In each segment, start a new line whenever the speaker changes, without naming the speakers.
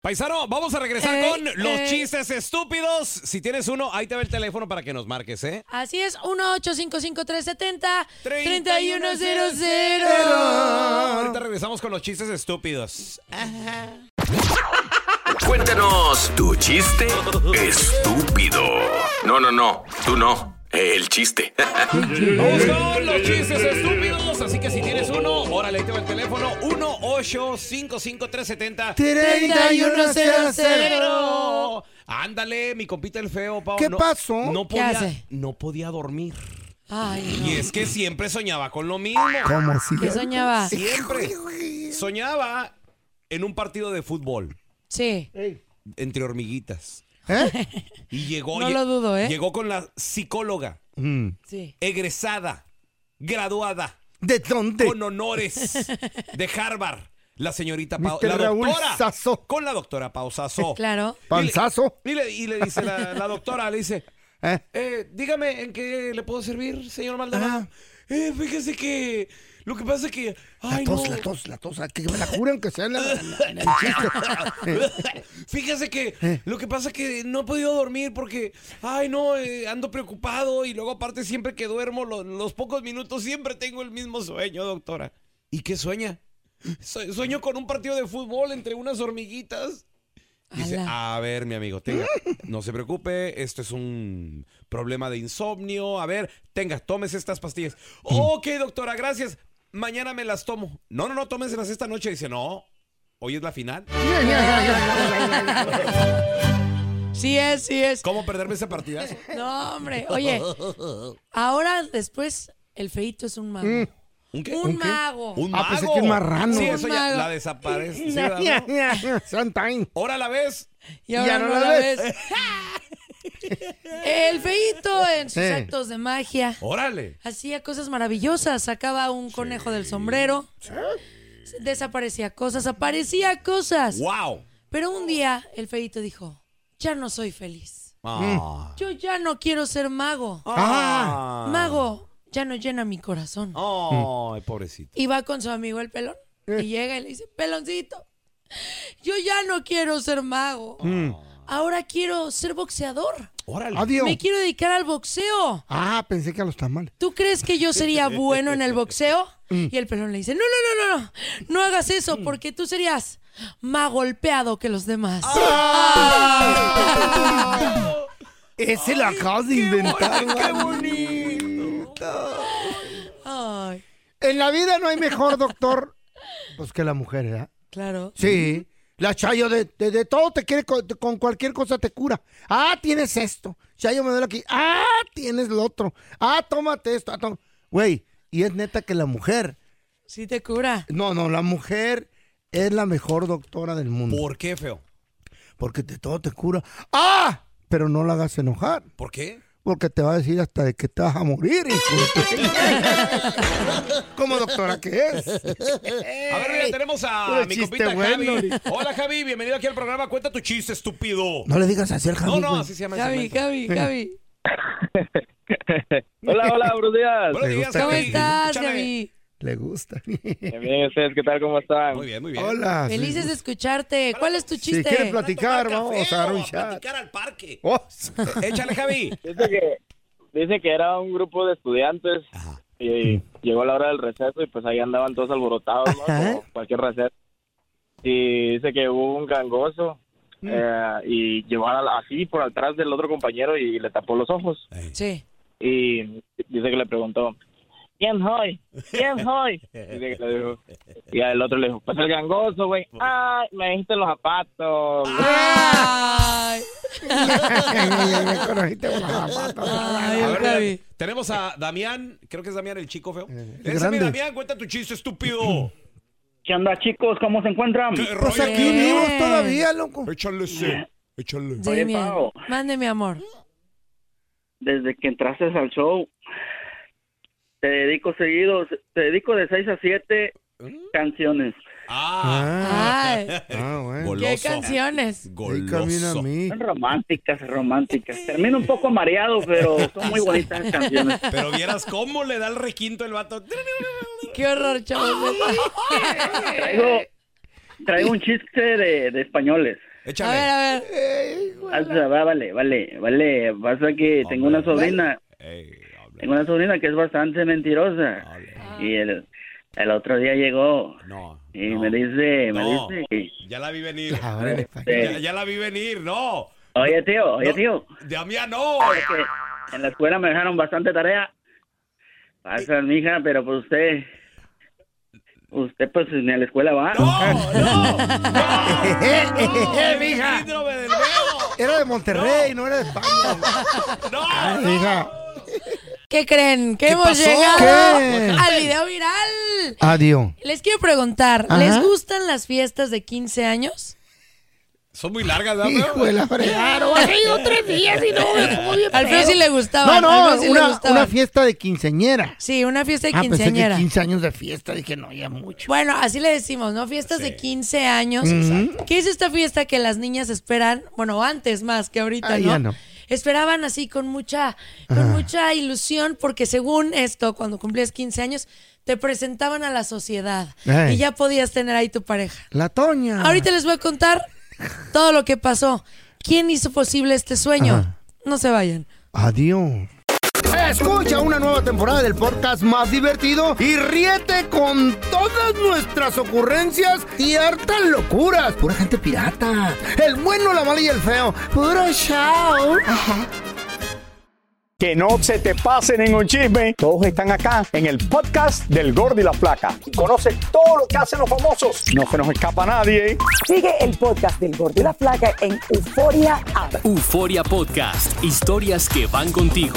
Paisano, vamos a regresar
Ey,
con los
ey.
chistes estúpidos. Si tienes uno, ahí te ve el teléfono para que nos marques, ¿eh?
Así es, 1-855-370-3100.
Ahorita regresamos con los chistes estúpidos.
Cuéntanos tu chiste estúpido. No, no, no, tú no. El chiste.
Vamos con los chistes estúpidos. Así que si tienes uno, órale, ahí te va el teléfono. 1 370
3100.
Ándale, mi compita el feo, Pau.
¿Qué pasó?
No
¿Qué
podía,
hace?
no podía dormir.
Ay,
Y es que siempre soñaba con lo mismo.
¿Cómo así?
no. ¿qué soñaba?
Siempre. Soñaba en un partido de fútbol
Sí.
entre hormiguitas.
¿Eh?
Y llegó.
No
lle-
lo dudo, ¿eh?
Llegó con la psicóloga,
Mm.
Sí.
egresada, graduada,
¿De dónde?
con honores de Harvard. La señorita Pau,
Mister
la
Raúl
doctora.
Sasso.
Con la doctora Pausazo.
Claro.
Panzazo.
Y le, y le dice la, la doctora, le dice,
¿Eh?
eh, dígame en qué le puedo servir, señor Maldonado.
Ah.
Eh, fíjese que lo que pasa es que...
La
Ay,
tos,
no.
la tos, la tos. Que me la curen que sea en, la- en la- en el chiste. Eh,
Fíjese que lo que pasa es que no he podido dormir porque, ay no, eh, ando preocupado y luego aparte siempre que duermo lo- los pocos minutos siempre tengo el mismo sueño, doctora. ¿Y qué sueña? Sue- sueño con un partido de fútbol entre unas hormiguitas. Dice,
Ala.
a ver, mi amigo, tenga, no se preocupe, esto es un problema de insomnio. A ver, tenga, tómese estas pastillas. ok, doctora, gracias. Mañana me las tomo. No, no, no, tómenselas esta noche. Dice, no, hoy es la final.
Sí es, sí es.
¿Cómo perderme esa partidazo?
No, hombre. Oye, ahora después el feito es un mago.
¿Un qué?
Un mago.
Un
Ah, pensé que un marrano.
Sí,
Un
eso ya
mago.
la desaparece.
Sometime.
Ahora la ves.
Y ahora
no
no
la
la
ves.
ves. El feito en sus
Sí.
actos de magia
Órale.
hacía cosas maravillosas. Sacaba un conejo del sombrero. Desaparecía cosas, aparecía cosas.
Wow.
Pero un día el feito dijo, ya no soy feliz.
Mm.
Ah.
Yo ya no quiero ser mago.
Ah. Oh.
Mago ya no llena mi corazón.
Ay, pobrecito.
Y va con su amigo el pelón. Y
Eh.
llega y le dice, peloncito, yo ya no quiero ser mago.
Mm.
Ahora quiero ser boxeador.
Órale.
Adiós.
Me quiero dedicar al boxeo.
Ah, pensé que a los tamales.
¿Tú crees que yo sería bueno en el boxeo?
Mm.
Y el pelón le dice, no, no, no, no, no, no hagas eso porque tú serías más golpeado que los demás.
Ah.
Ese la acabas de inventar.
Ay,
En la vida no hay mejor doctor pues que la mujer, ¿verdad?
claro.
Sí. La Chayo de, de- de todo te quiere, co- te- con, cualquier cosa te cura. Ah, tienes esto. Chayo me duele aquí. Ah, tienes lo otro. Ah, tómate esto. Ah, tó- Güey, y es neta que la mujer.
Sí te cura.
No, no, la mujer es la mejor doctora del mundo.
¿Por qué, feo?
Porque de todo te cura. Ah, pero no la hagas enojar.
¿Por qué?
porque te va a decir hasta de que te vas a morir. hijo de tu- Como doctora que es.
A ver, mira, tenemos a
Puro
mi
chiste
compita
bueno,
Javi.
ahorita.
Hola, Javi, bienvenido aquí al programa. Cuenta tu chiste, estúpido.
No le digas así al Javi.
No, no,
güey.
así se llama el
Gaby,
segmento.
Gaby, Gaby.
Hola, hola, buenos días.
Buenos días,
gusta
¿Cómo
Javi.
estás,
Escúchame.
Gaby?
Le gusta.
Bien, Bien, ¿ustedes qué tal? ¿Cómo están?
Muy bien, muy bien.
Hola. sí.
Felices de escucharte. ¿Cuál es tu
Si quieren
chiste?
platicar,
Tomar café
vamos a dar
o
un chat.
platicar al parque.
Oh,
Échale, Javi.
Dice que, dice que era un grupo de estudiantes y llegó la hora del receso y pues ahí andaban todos alborotados, ¿no?
Ajá.
Como cualquier receso. Y dice que hubo un gangoso
Mm.
eh, y llegó al- así por atrás del otro compañero y le tapó los ojos.
Sí.
Y dice que le preguntó, ¿quién soy? ¿quién soy? Dice que le dijo. Y al otro le dijo, pues el gangoso, güey. Ay, me dijiste los zapatos.
Ah. Ay,
me conociste con la pata.
ay,
A
el
ver,
Gaby.
tenemos a Damián, creo que es Damián el chico feo. Ese es mi
Eh, grande.
Damián, cuenta tu chiste, estúpido.
¿Qué onda, chicos? ¿Cómo se encuentran?
¿Qué
Pues
rollo?
aquí vivimos todavía, loco.
Échale ese, échale.
Sí, mi
Pao.
Mande, mi amor.
Desde que entraste al show, te dedico seguido, te dedico de 6 a 7 canciones.
Ah,
Ah,
Ay,
ah, bueno.
qué
goloso.
canciones.
Ahí camina a
Goloso.
mí.
Son románticas, románticas. Termino un poco mareado, pero son muy bonitas las canciones.
Pero vieras cómo le da el requinto el vato.
Qué horror, chavos.
Traigo, traigo Eh, un chiste de, de españoles.
A ver,
Échale.
a ver.
Ah, va, vale, vale, vale. Pasa que tengo una sobrina,
Ey, habla.
tengo una sobrina que es bastante mentirosa. Y el, el otro día llegó
No.
y
no,
me dice, me
no.
dice... que-
Ya la vi venir.
Ahora le falla.
este,
Ya, ya la vi venir, no.
Oye, tío, oye,
No.
tío.
Damián, no.
que en la escuela me dejaron bastante tarea. Pasa, mija, pero pues usted. Usted, pues, ni a la escuela va.
No, no. no.
Eh,
El
mija.
síndrome del dedo.
Era de Monterrey, no, era de España.
No. no.
Mija.
¿Qué creen? Que hemos
pasó?
llegado
¿Qué?
al video viral.
Adiós.
Les quiero preguntar, ¿les
Ajá.
gustan las fiestas de 15 años?
Son muy largas,
Hijo de
¿verdad?
la fregada. no, así yo tres días y no me pongo bien
Al feo sí le
No,
gustaban. al
no,
feo sí le
una,
gustaban.
una fiesta de quinceañera.
Sí, una fiesta de
Ah, pensé que
quinceañera.
15 años de fiesta, dije, no, ya mucho.
Bueno, así le decimos, ¿no? Fiestas de 15 años. ¿Qué es esta fiesta que las niñas esperan? Bueno, antes más que ahorita,
Ah,
¿no?
ya no.
Esperaban así con mucha, con mucha ilusión, porque según esto, cuando cumplías 15 años, te presentaban a la sociedad
Ey.
y ya podías tener ahí tu pareja.
La Toña.
Ahorita les voy a contar todo lo que pasó. ¿Quién hizo posible este sueño?
Ajá.
No se vayan.
Adiós. Escucha una nueva temporada del podcast más divertido y ríete con todas nuestras ocurrencias y hartas locuras. Pura gente pirata. El bueno, la mala y el feo. Puro show.
Que no se te pase ningún chisme. Todos están acá en el podcast del Gordi y la Flaca. Y Conoce todo lo que hacen los famosos. No se nos escapa nadie. ¿eh?
Sigue el podcast del Gordo y la Flaca en Euforia App.
Euforia Podcast, historias que van contigo.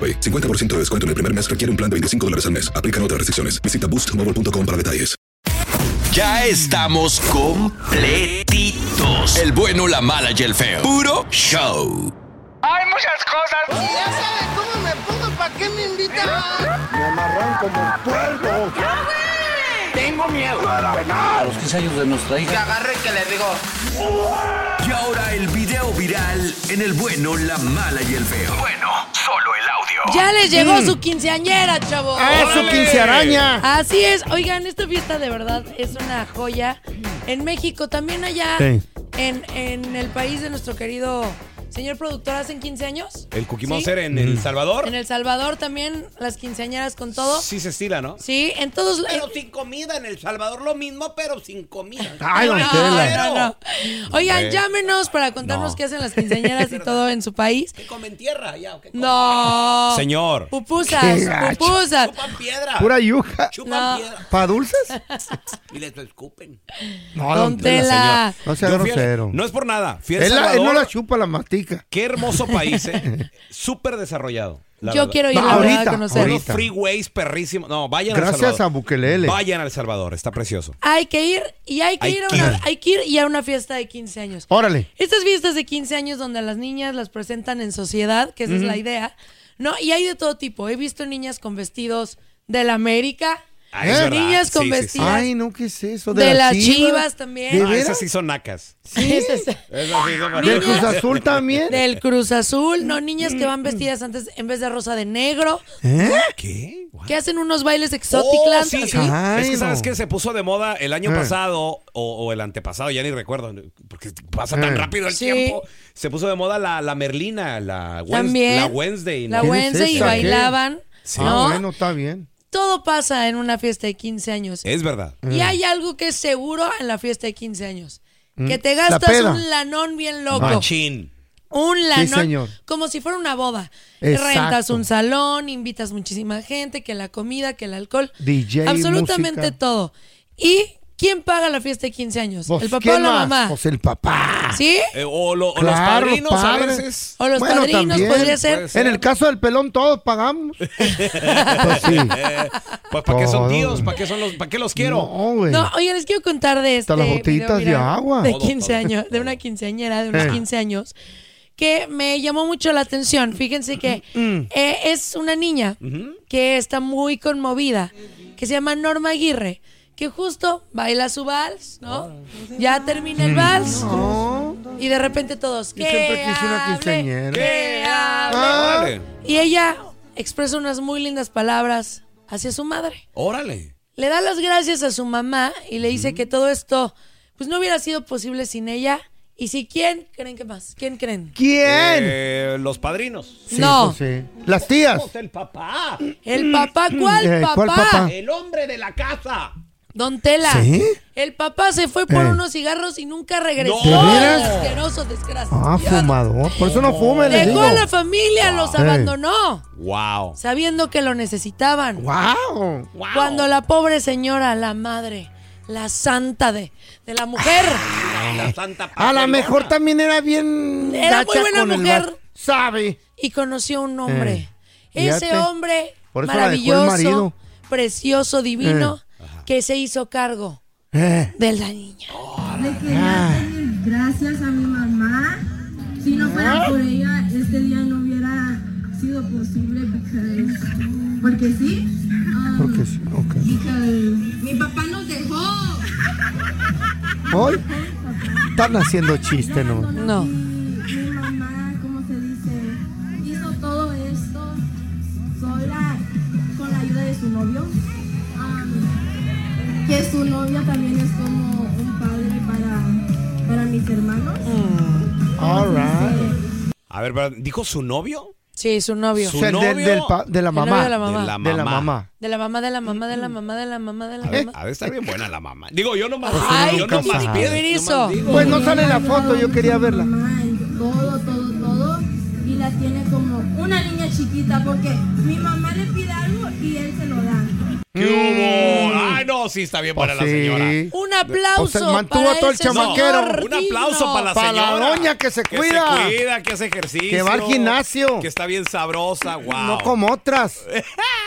AutoPay. 50% de descuento en el primer mes requiere un plan de 25 dólares al mes. Aplican otras restricciones. Visita boostmobile.com para detalles.
Ya estamos completitos. El bueno, la mala y el feo. Puro show.
Hay muchas cosas. Y ya sabes cómo me pongo, ¿para qué me invitan?
Me amarran como puerco.
Tengo miedo.
A los 15 años de nuestra
Que agarre que le digo.
Y ahora el video viral en el bueno, la mala y el feo. Bueno, solo el audio.
Ya les llegó
Mm.
su quinceañera, chavos.
Ah, su ¡Órale! quincearaña.
Así es. Oigan, esta fiesta de verdad es una joya. En México, también allá,
Sí.
en, en el país de nuestro querido señor productor, ¿hacen 15 años?
El Cookie Monster en El Salvador.
En El Salvador también, las quinceañeras con todo.
Sí se estila, ¿no?
Sí, en todos...
Pero sin comida, en El Salvador lo mismo, pero sin comida.
Ay, don
No,
Tela.
no, no. Oigan,
Hombre.
llámenos para contarnos
No.
qué hacen las quinceañeras y todo en su país.
Que comen tierra, ya. o que comen-
No.
Señor.
Qué
Pupusas,
gacho.
pupusas.
Chupan piedra.
Pura yuca.
Chupan piedra.
¿Para dulces?
Y les lo escupen.
No, don Tela. No sea
Yo fui a-
grosero.
No es por nada. Fui a El
Él, la- él no
Salvador.
la chupa, la matica.
Qué hermoso país, ¿eh? Súper desarrollado. la
Yo
verdad.
quiero ir, No, la verdad, ahorita, a conocer.
Unos
ahorita.
freeways perrísimos. No, vayan al
Gracias a
Salvador.
Bukelele.
Vayan al Salvador, está precioso.
Hay que ir y hay que
Hay
ir a
que
una,
ir.
hay que ir y a una fiesta de 15 años.
Órale.
Estas fiestas de 15 años donde a las niñas las presentan en sociedad, que esa es
Ujú.
la idea, ¿no? Y hay de todo tipo. He visto niñas con vestidos de la América,
Ah, es verdad.
niñas con
Sí, sí, sí.
vestidos
Ay, no, ¿qué es eso?
de, las chivas, también.
No, Ah, esas sí son nacas.
Esas-
Esas sí son
¿Del Cruz Azul también? Mm,
Del Cruz Azul, no, niñas que van vestidas antes en vez de rosa de negro,
¿Eh?
que hacen unos bailes exóticos.
Oh, sí. es
así.
que sabes que se puso de moda el año
Eh.
pasado o, o el antepasado, ya ni recuerdo, porque pasa tan
Eh.
rápido el
Sí.
tiempo. Se puso de moda la, la Merlina, la, Wednes-
También.
la Wednesday. ¿no?
La Wednesday y
esa? ¿Qué?
bailaban.
Sí.
¿no?
Ah, bueno, está bien.
Todo pasa en una fiesta de 15 años.
Es verdad.
Mm.
Y
Eh.
hay algo que es seguro en la fiesta de 15 años.
Mm.
Que te
La
gastas
peda.
un lanón bien loco.
Machín.
Un lanón.
señor.
Como si fuera una boda.
Exacto.
Rentas un salón, invitas muchísima gente, que la comida, que el alcohol.
DJ,
absolutamente
música.
todo. ¿Y quién paga la fiesta de 15 años?
Pues,
¿El papá o
¿quién
la
más?
mamá?
Pues el papá.
¿Sí?
Eh, o lo- o
Claro,
los padrinos a
padres.
veces.
O los
Bueno,
padrinos,
también.
podría ser.
En el caso del pelón, todos pagamos.
pues
sí.
¿para qué
Todo.
son tíos? ¿Para qué, son los, ¿Para qué los quiero?
No, güey.
No, oye, les quiero contar de este.
Hasta las botellitas
video
de
viral
agua.
De
Todo,
15
todo.
años, de una quinceañera, de unos
Eh.
15 años, que me llamó mucho la atención. Fíjense que
Mm.
eh, es una niña que está muy conmovida, que se llama Norma Aguirre, que justo baila su vals, ¿no? Ya termina el vals. Y de repente todos.
Yo siempre
¿qué
quise una
hable?
quinceañera.
¿Qué hable?
Ah. Órale.
Y ella expresa unas muy lindas palabras hacia su madre
Órale.
le da las gracias a su mamá y le dice que todo esto pues no hubiera sido posible sin ella. Y si quién creen que más, ¿quién creen?
Eh, los padrinos.
Sí, No.
pues sí. Las tías.
El papá. Mm.
El papá, ¿cuál
Eh,
papá?
¿cuál papá?
El hombre de la casa.
Don Tela.
¿Sí?
El papá se fue por
Eh.
unos cigarros y nunca regresó.
¿De veras?
Asqueroso, desgraciado.
Ah, fumador. Por eso no fume, les
Dejó
digo.
a la familia, los
Eh.
abandonó,
Wow.
sabiendo que lo necesitaban.
Wow.
Cuando la pobre señora, la madre, la santa de, de la mujer,
Ah, Eh, A lo mejor también era bien.
Era muy
gacha
buena
con el
mujer.
vato. Sabe.
Y conoció un hombre.
Eh,
Ese
fíjate.
hombre
Por eso la dejó el
maravilloso,
marido.
precioso, divino, que se hizo cargo
Eh,
de la niña.
Le quería dar las gracias a mi mamá. Si no fuera por ella, este día no hubiera sido posible because- porque sí. um,
porque sí. Ok.
because mi papá nos dejó.
Hoy están haciendo chiste, ¿no?
No.
Mi mamá, como se dice, hizo todo esto sola con la ayuda de su novio. um, que su novio también es como un padre para, para mis hermanos.
All right.
A ver, pero, ¿dijo su novio?
Sí, su novio.
¿Su
O sea, de-
novio?
del pa- de la
El novio
mamá.
de la mamá.
De la mamá.
De la mamá, de la mamá, de la mamá, de la mamá, de la
A ver,
mamá.
a ver, está bien buena la mamá. Digo, yo nomás.
Ay,
yo
¿qué
nomás
tiene
pienso,
que ver
nomás
eso?
digo.
Pues no sale la foto, yo quería verla.
mamá en todo, todo, todo. Y la tiene como una niña chiquita porque mi mamá le pide algo y él se lo da.
¿Qué hubo? Ay, no, No, sí, está bien para
Mm. Pues
la
sí.
señora.
Un
O
aplauso.
sea, mantuvo
para
todo el
ese
chamaquero.
señor
Un aplauso
digno.
para la
Para la
señora.
doña que se cuida.
Que se cuida, que hace ejercicio.
Que va al gimnasio.
Que está bien sabrosa, wow.
No como otras.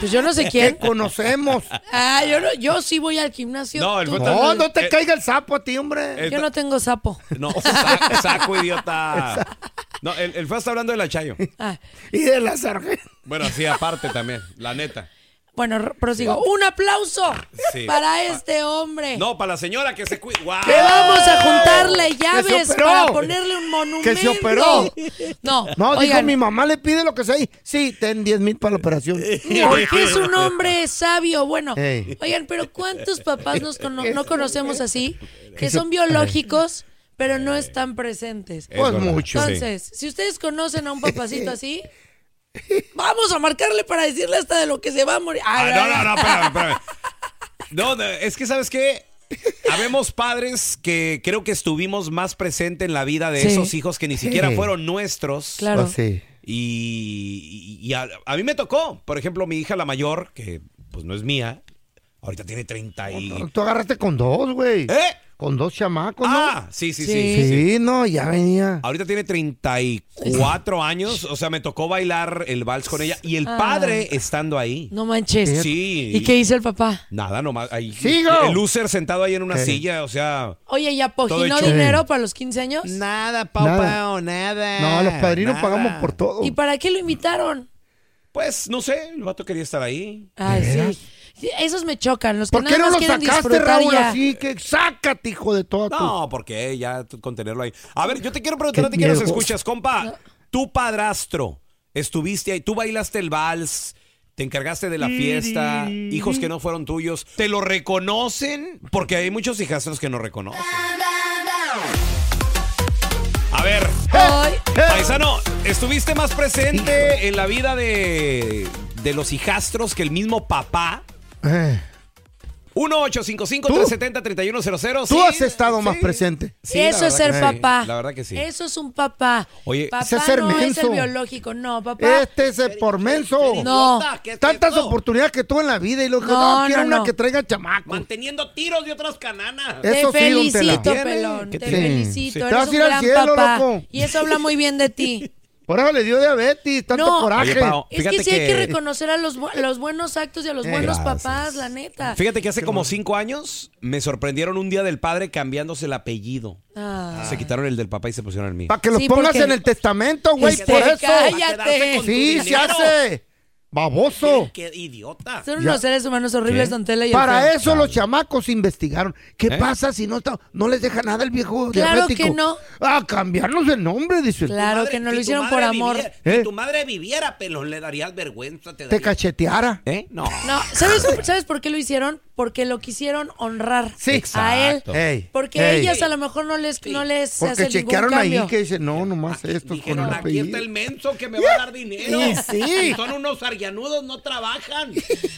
Pues yo no sé quién.
Que conocemos.
Ah, yo, no- yo sí voy al gimnasio.
No, el
Tú-
Beto-
No, no te
Eh,
caiga el sapo a ti, hombre.
Yo no tengo sapo.
No, sa- saco, idiota. No, él, él fue hasta hablando de la Chayo.
Ah,
Y de la sargento.
Bueno, sí, aparte también, la neta.
Bueno, r- prosigo. Un aplauso
Sí.
para este hombre.
No, para la señora que se cuida. ¡Wow!
Que vamos a juntarle
¡Oh! Que
llaves
se operó.
para ponerle un monumento.
Que se operó.
No,
No, dijo
oigan,
mi mamá le pide lo que sea. y, Sí, ten 10 mil para la operación.
porque es un hombre sabio. Bueno,
Ey.
oigan, pero ¿cuántos papás nos cono- no conocemos así? Que
Que
son
se-
biológicos, pero no están presentes.
Es Pues verdad. mucho.
Entonces, si ustedes conocen a un papacito así, vamos a marcarle para decirle hasta de lo que se va a morir. Ay,
Ah, no,
ay,
no, no, espérame, espérame. No, no, es que, ¿sabes qué? Habemos padres que creo que estuvimos más presentes en la vida de
Sí.
esos hijos que ni
Sí.
siquiera fueron nuestros.
Claro. Pues sí.
Y, y a, a mí me tocó, por ejemplo, mi hija la mayor, que pues no es mía, ahorita tiene 30 y...
Pues, Tú agarraste con dos, güey.
¿Eh?
Con dos chamacos, ¿no?
Ah, sí, sí, sí.
Sí, no, ya venía.
Ahorita tiene 34 años, o sea, me tocó bailar el vals con ella y el
Ah.
padre estando ahí.
No manches.
Sí.
¿Y qué hizo el papá?
Nada, nomás. Ahí,
¡Sigo!
El loser sentado ahí en una silla, o sea.
Oye, ¿y
Todo
apoginó
hecho.
dinero para los 15 años?
Nada,
pau, Nada. pau,
nada.
No, oh. los padrinos pagamos por todo.
¿Y para qué lo invitaron?
Pues, no sé, el vato quería estar ahí.
Ay, sí. Sí, Esos me chocan, los que
¿Por
nada
qué no
más
lo
quieren
sacaste,
disfrutar
Raúl?
ya.
Así que sácate, hijo de toda tu.
No, porque eh, ya tú con tenerlo ahí. A ver, yo te quiero preguntar
Qué
a ti que nos
miedo.
escuchas, compa. Tu padrastro, estuviste ahí, tú bailaste el vals, te encargaste de la fiesta, hijos que no fueron tuyos, ¿te lo reconocen? Porque hay muchos hijastros que no reconocen. A ver,
Eh,
Ay.
paisano, estuviste más presente en la vida de, de los hijastros que el mismo papá.
Eh,
1-855-370-3100.
tú
Sí,
has estado más presente.
Sí, la
Eso es ser
verdad que sí.
papá.
La verdad que sí.
Eso es un papá.
Oye,
papá
ese es ser
no es el
menso.
biológico, no, papá.
Este es el por menso.
No.
Tantas oportunidades que tuvo en la vida y lo que
No,
no, quiero
no,
una
no.
que traiga chamaco.
Manteniendo tiros de otras cananas.
Eso
te
sí, don Tela.
felicito,
Tiene,
pelón.
que
Te
tiene.
felicito.
Sí.
Eres
Te vas a
un
ir al
gran
cielo,
papá.
loco.
Y eso habla muy bien de ti.
Por eso le dio diabetes, tanto
No,
coraje.
Oye, Pao,
es que
fíjate
sí hay que
que-
reconocer a los, bu- los buenos actos y a los
Eh,
buenos
gracias.
papás, la neta.
Fíjate que hace como cinco años me sorprendieron un día del padre cambiándose el apellido.
Ah.
Se quitaron el del papá y se pusieron el mío.
Para que lo
Sí,
pongas
porque-
en el testamento, güey,
Este,
por eso.
cállate. Con tu
Sí, se
dinero.
hace. Baboso.
¡Qué idiota!
Son
Ya.
unos seres humanos horribles,
¿Qué?
Don Tela. Y el
Para
feo.
eso los chamacos investigaron. ¿Qué
¿Eh?
pasa si no está, no les deja nada el viejo
Claro
diabético?
que no.
Ah, cambiarnos el nombre, dice.
Claro que no lo hicieron por amor.
¿Eh?
madre viviera, pelón, le darías vergüenza.
Te cacheteara.
¿Eh? No.
No, ¿sabes, ¿sabes por qué lo hicieron? Porque lo quisieron honrar
Sí.
a él.
Exacto. Ey,
Porque
ey.
ellas a lo mejor no les, no les
Porque
hace ningún
chequearon ahí
cambio.
que dice,
Ah,
no, nomás estos con el apellido.
menso que me va a dar dinero.
Sí, sí. Y
son unos argianudos, no trabajan.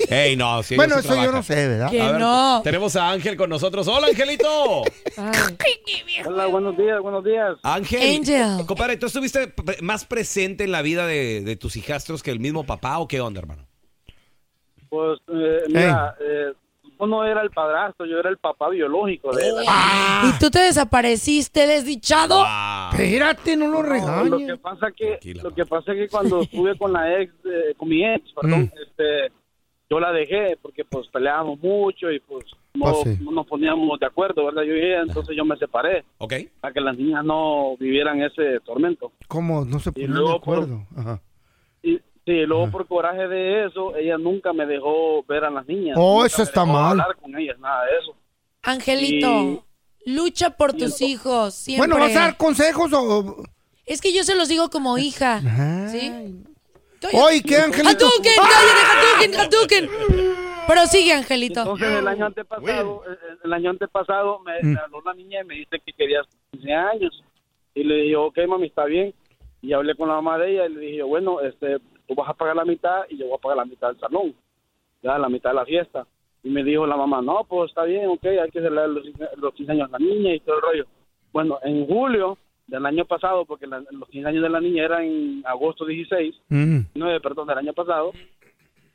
Ey, no, sí,
Bueno,
ellos sí
eso yo
trabajan.
no sé, ¿verdad?
Que
A ver,
no.
Tenemos a Ángel con nosotros. Hola, Angelito.
Hola, buenos días, buenos días.
Ángel.
Angel.
Eh, Compadre, ¿tú estuviste pre- más presente en la vida de, de tus hijastros que el mismo papá o qué onda, hermano?
Pues, eh, mira, eh, yo no era el padrastro, yo era el papá biológico de él.
Ah.
Y tú te desapareciste, desdichado.
Espérate, no lo regañes.
Lo que pasa que, lo que pasa que cuando estuve con la ex, eh, con mi
Mm.
ex, perdón, este, yo la dejé porque pues peleábamos mucho y pues no,
Pues, sí.
no nos poníamos de acuerdo, ¿verdad? Yo y ella, entonces yo me separé
Ok.
para que las niñas no vivieran ese tormento.
¿Cómo? No se ponen de
luego por-
acuerdo. Ajá.
Y sí,
Ah.
luego por coraje de eso, ella nunca me dejó ver a las niñas.
Oh,
nunca
eso
me
está
dejó
mal.
Hablar con ellas, nada de eso.
Angelito, lucha por tus hijos. Siempre.
Bueno, ¿vas a dar consejos o...?
Es que yo se los digo como hija.
Ajá.
¿Sí?
Oye, ¿qué, Angelito? Ah.
¡Atuquen! ¡Cállate, atuquen, atuquen! Prosigue, Angelito.
Entonces el año antepasado, eh, el- el año antepasado me me
Mm.
habló la niña y me dice que quería 15 años. Y le dije, ok, mami, está bien. Y hablé con la mamá de ella y le dije, bueno, este, tú vas a pagar la mitad y yo voy a pagar la mitad del salón, ya la mitad de la fiesta. Y me dijo la mamá, no, pues está bien, ok, hay que celebrar los, 15 los 15 años de la niña y todo el rollo. Bueno, en julio del año pasado, porque la- los 15 años de la niña eran en agosto 16, 9, perdón, del año pasado,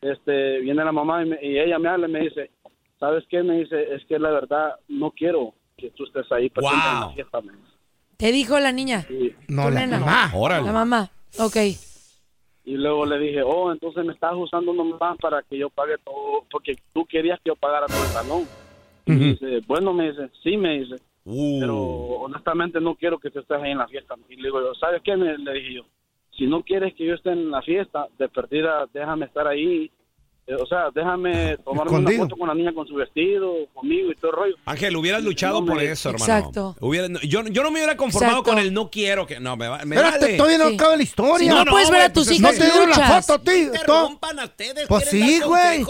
este, viene la mamá y, me- y ella me habla y me dice, ¿sabes qué? Me dice, es que la verdad no quiero que tú estés ahí presente en la
Wow.
fiesta, me dice.
Te dijo la niña.
No,
Tu
la
nena.
mamá.
Órale.
La mamá. Ok.
Y luego le dije, oh, entonces me estás usando nomás para que yo pague todo, porque tú querías que yo pagara todo el salón. Y me dice, bueno, me dice, sí, me dice, pero honestamente no quiero que tú estés ahí en la fiesta. Y le digo yo, ¿sabes qué? Me- le dije yo, si no quieres que yo esté en la fiesta, de perdida, déjame estar ahí. Eh, O sea, déjame tomarme
Escondido.
una foto con la niña con su vestido, conmigo y todo el rollo.
Ángel, hubieras luchado
No,
por
hombre.
eso, hermano.
Exacto.
Hubiera- no, yo, yo no me hubiera conformado
Exacto.
con el no quiero que. No, me, va- me
Espérate,
vale.
todavía no acaba la historia.
Sí, no, No no, puedes ver a güey, tus pues, hijos
No te dieron la
luchas.
foto, tío. No Pues sí, güey.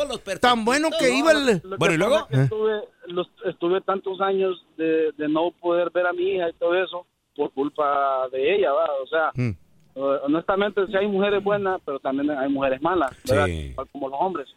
Tan bueno que iba el.
Lo que pasa es que Estuve, los- estuve tantos años de, de no poder ver a mi hija y todo eso por culpa de ella, ¿va? O sea,
Mm.
eh, honestamente, sí hay mujeres buenas, pero también hay mujeres malas, ¿verdad?
Sí.
Igual Como los hombres.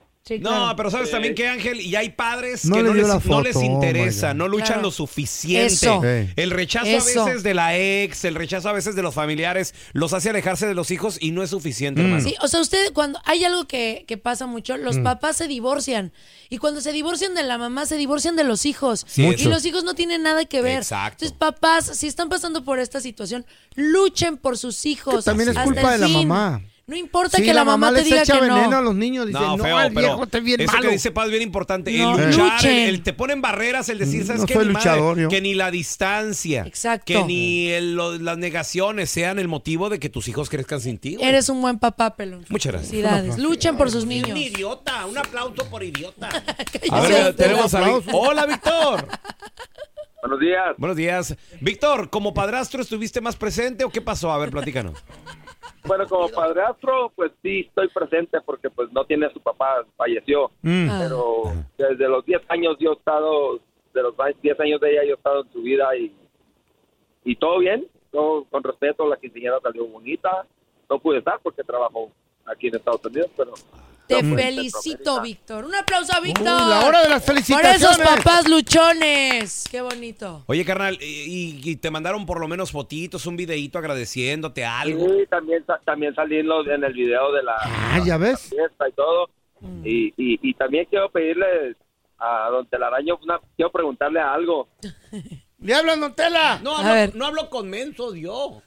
No, pero sabes también que Ángel, y hay padres
No
que
le
no
dio
les,
la
no les
foto, oh
interesa,
my God.
no luchan
Claro.
lo suficiente.
Eso.
Sí. El rechazo
Eso.
a veces de la ex, el rechazo a veces de los familiares, los hace alejarse de los hijos y no es suficiente,
Mm.
hermano.
Sí, o sea, usted cuando hay algo que, que pasa mucho, los
Mm.
papás se divorcian y cuando se divorcian de la mamá se divorcian de los hijos
Sí,
y
eso.
los hijos no tienen nada que ver.
Exacto.
Entonces, papás, si están pasando por esta situación, luchen por sus hijos.
Que también es
hasta
culpa
el
de la
fin.
mamá.
No importa
Sí,
que la
la
mamá,
mamá
te
les
diga
echa
que no.
veneno a los niños, oh, dice, "No, al
pero
viejo está bien
eso
malo".
que dice Paz es bien importante.
No.
el luchar, el,
Luchen.
el- te ponen barreras, el
Mm,
decir, ¿sabes
no
qué?
soy
Ni madre,
luchador, yo.
que ni la distancia,
Exacto.
que ni el- lo- las negaciones sean el motivo de que tus hijos crezcan sin ti.
Er-
güey.
Eres un buen papá, pelón.
Muchas gracias.
Felicidades. Luchen por sus niños.
idiota, un aplauso por idiota.
A ver,
Cállate. tenemos a Vic-
Aplausos.
Hola, Víctor.
Buenos días.
Buenos días. Víctor, como padrastro, ¿estuviste más presente o qué pasó? A ver, platícanos.
Bueno, como padrastro, pues sí estoy presente porque pues no tiene a su papá, falleció.
Mm.
Ah.
Pero
Ah.
desde los 10 años yo he estado, de los 10 años de ella yo he estado en su vida y, y todo bien, todo con respeto, la quinceañera salió bonita. No pude estar porque trabajo aquí en Estados Unidos, pero...
Te
Mm.
felicito, Víctor. Un aplauso a Víctor.
Uy, Oh, la hora de las felicitaciones.
Por esos papás luchones. Qué bonito.
Oye, carnal, y, y te mandaron por lo menos fotitos, un videíto agradeciéndote algo.
Sí, también, sa- también salí en, los- en el video de la,
ya ves. Mm.
la fiesta y todo. Y, y, y también quiero pedirle a don Telaraño, una, quiero preguntarle algo.
Diablo, no tela.
No
hablo- ver.
con mensos yo.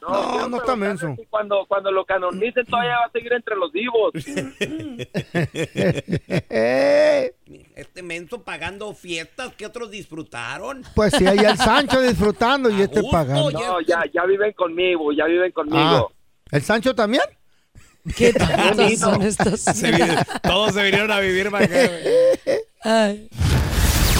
No, no está menso.
Cuando, cuando lo canonicen todavía va a seguir entre los vivos.
Eh,
Este menso pagando fiestas que otros disfrutaron.
Pues sí, allá el Sancho disfrutando y este pagando.
No, ya, ya viven conmigo, ya viven
Ah,
conmigo.
¿El Sancho también?
¿Qué
tontos son
estos?
Todos se vinieron a vivir para acá,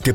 ¿Te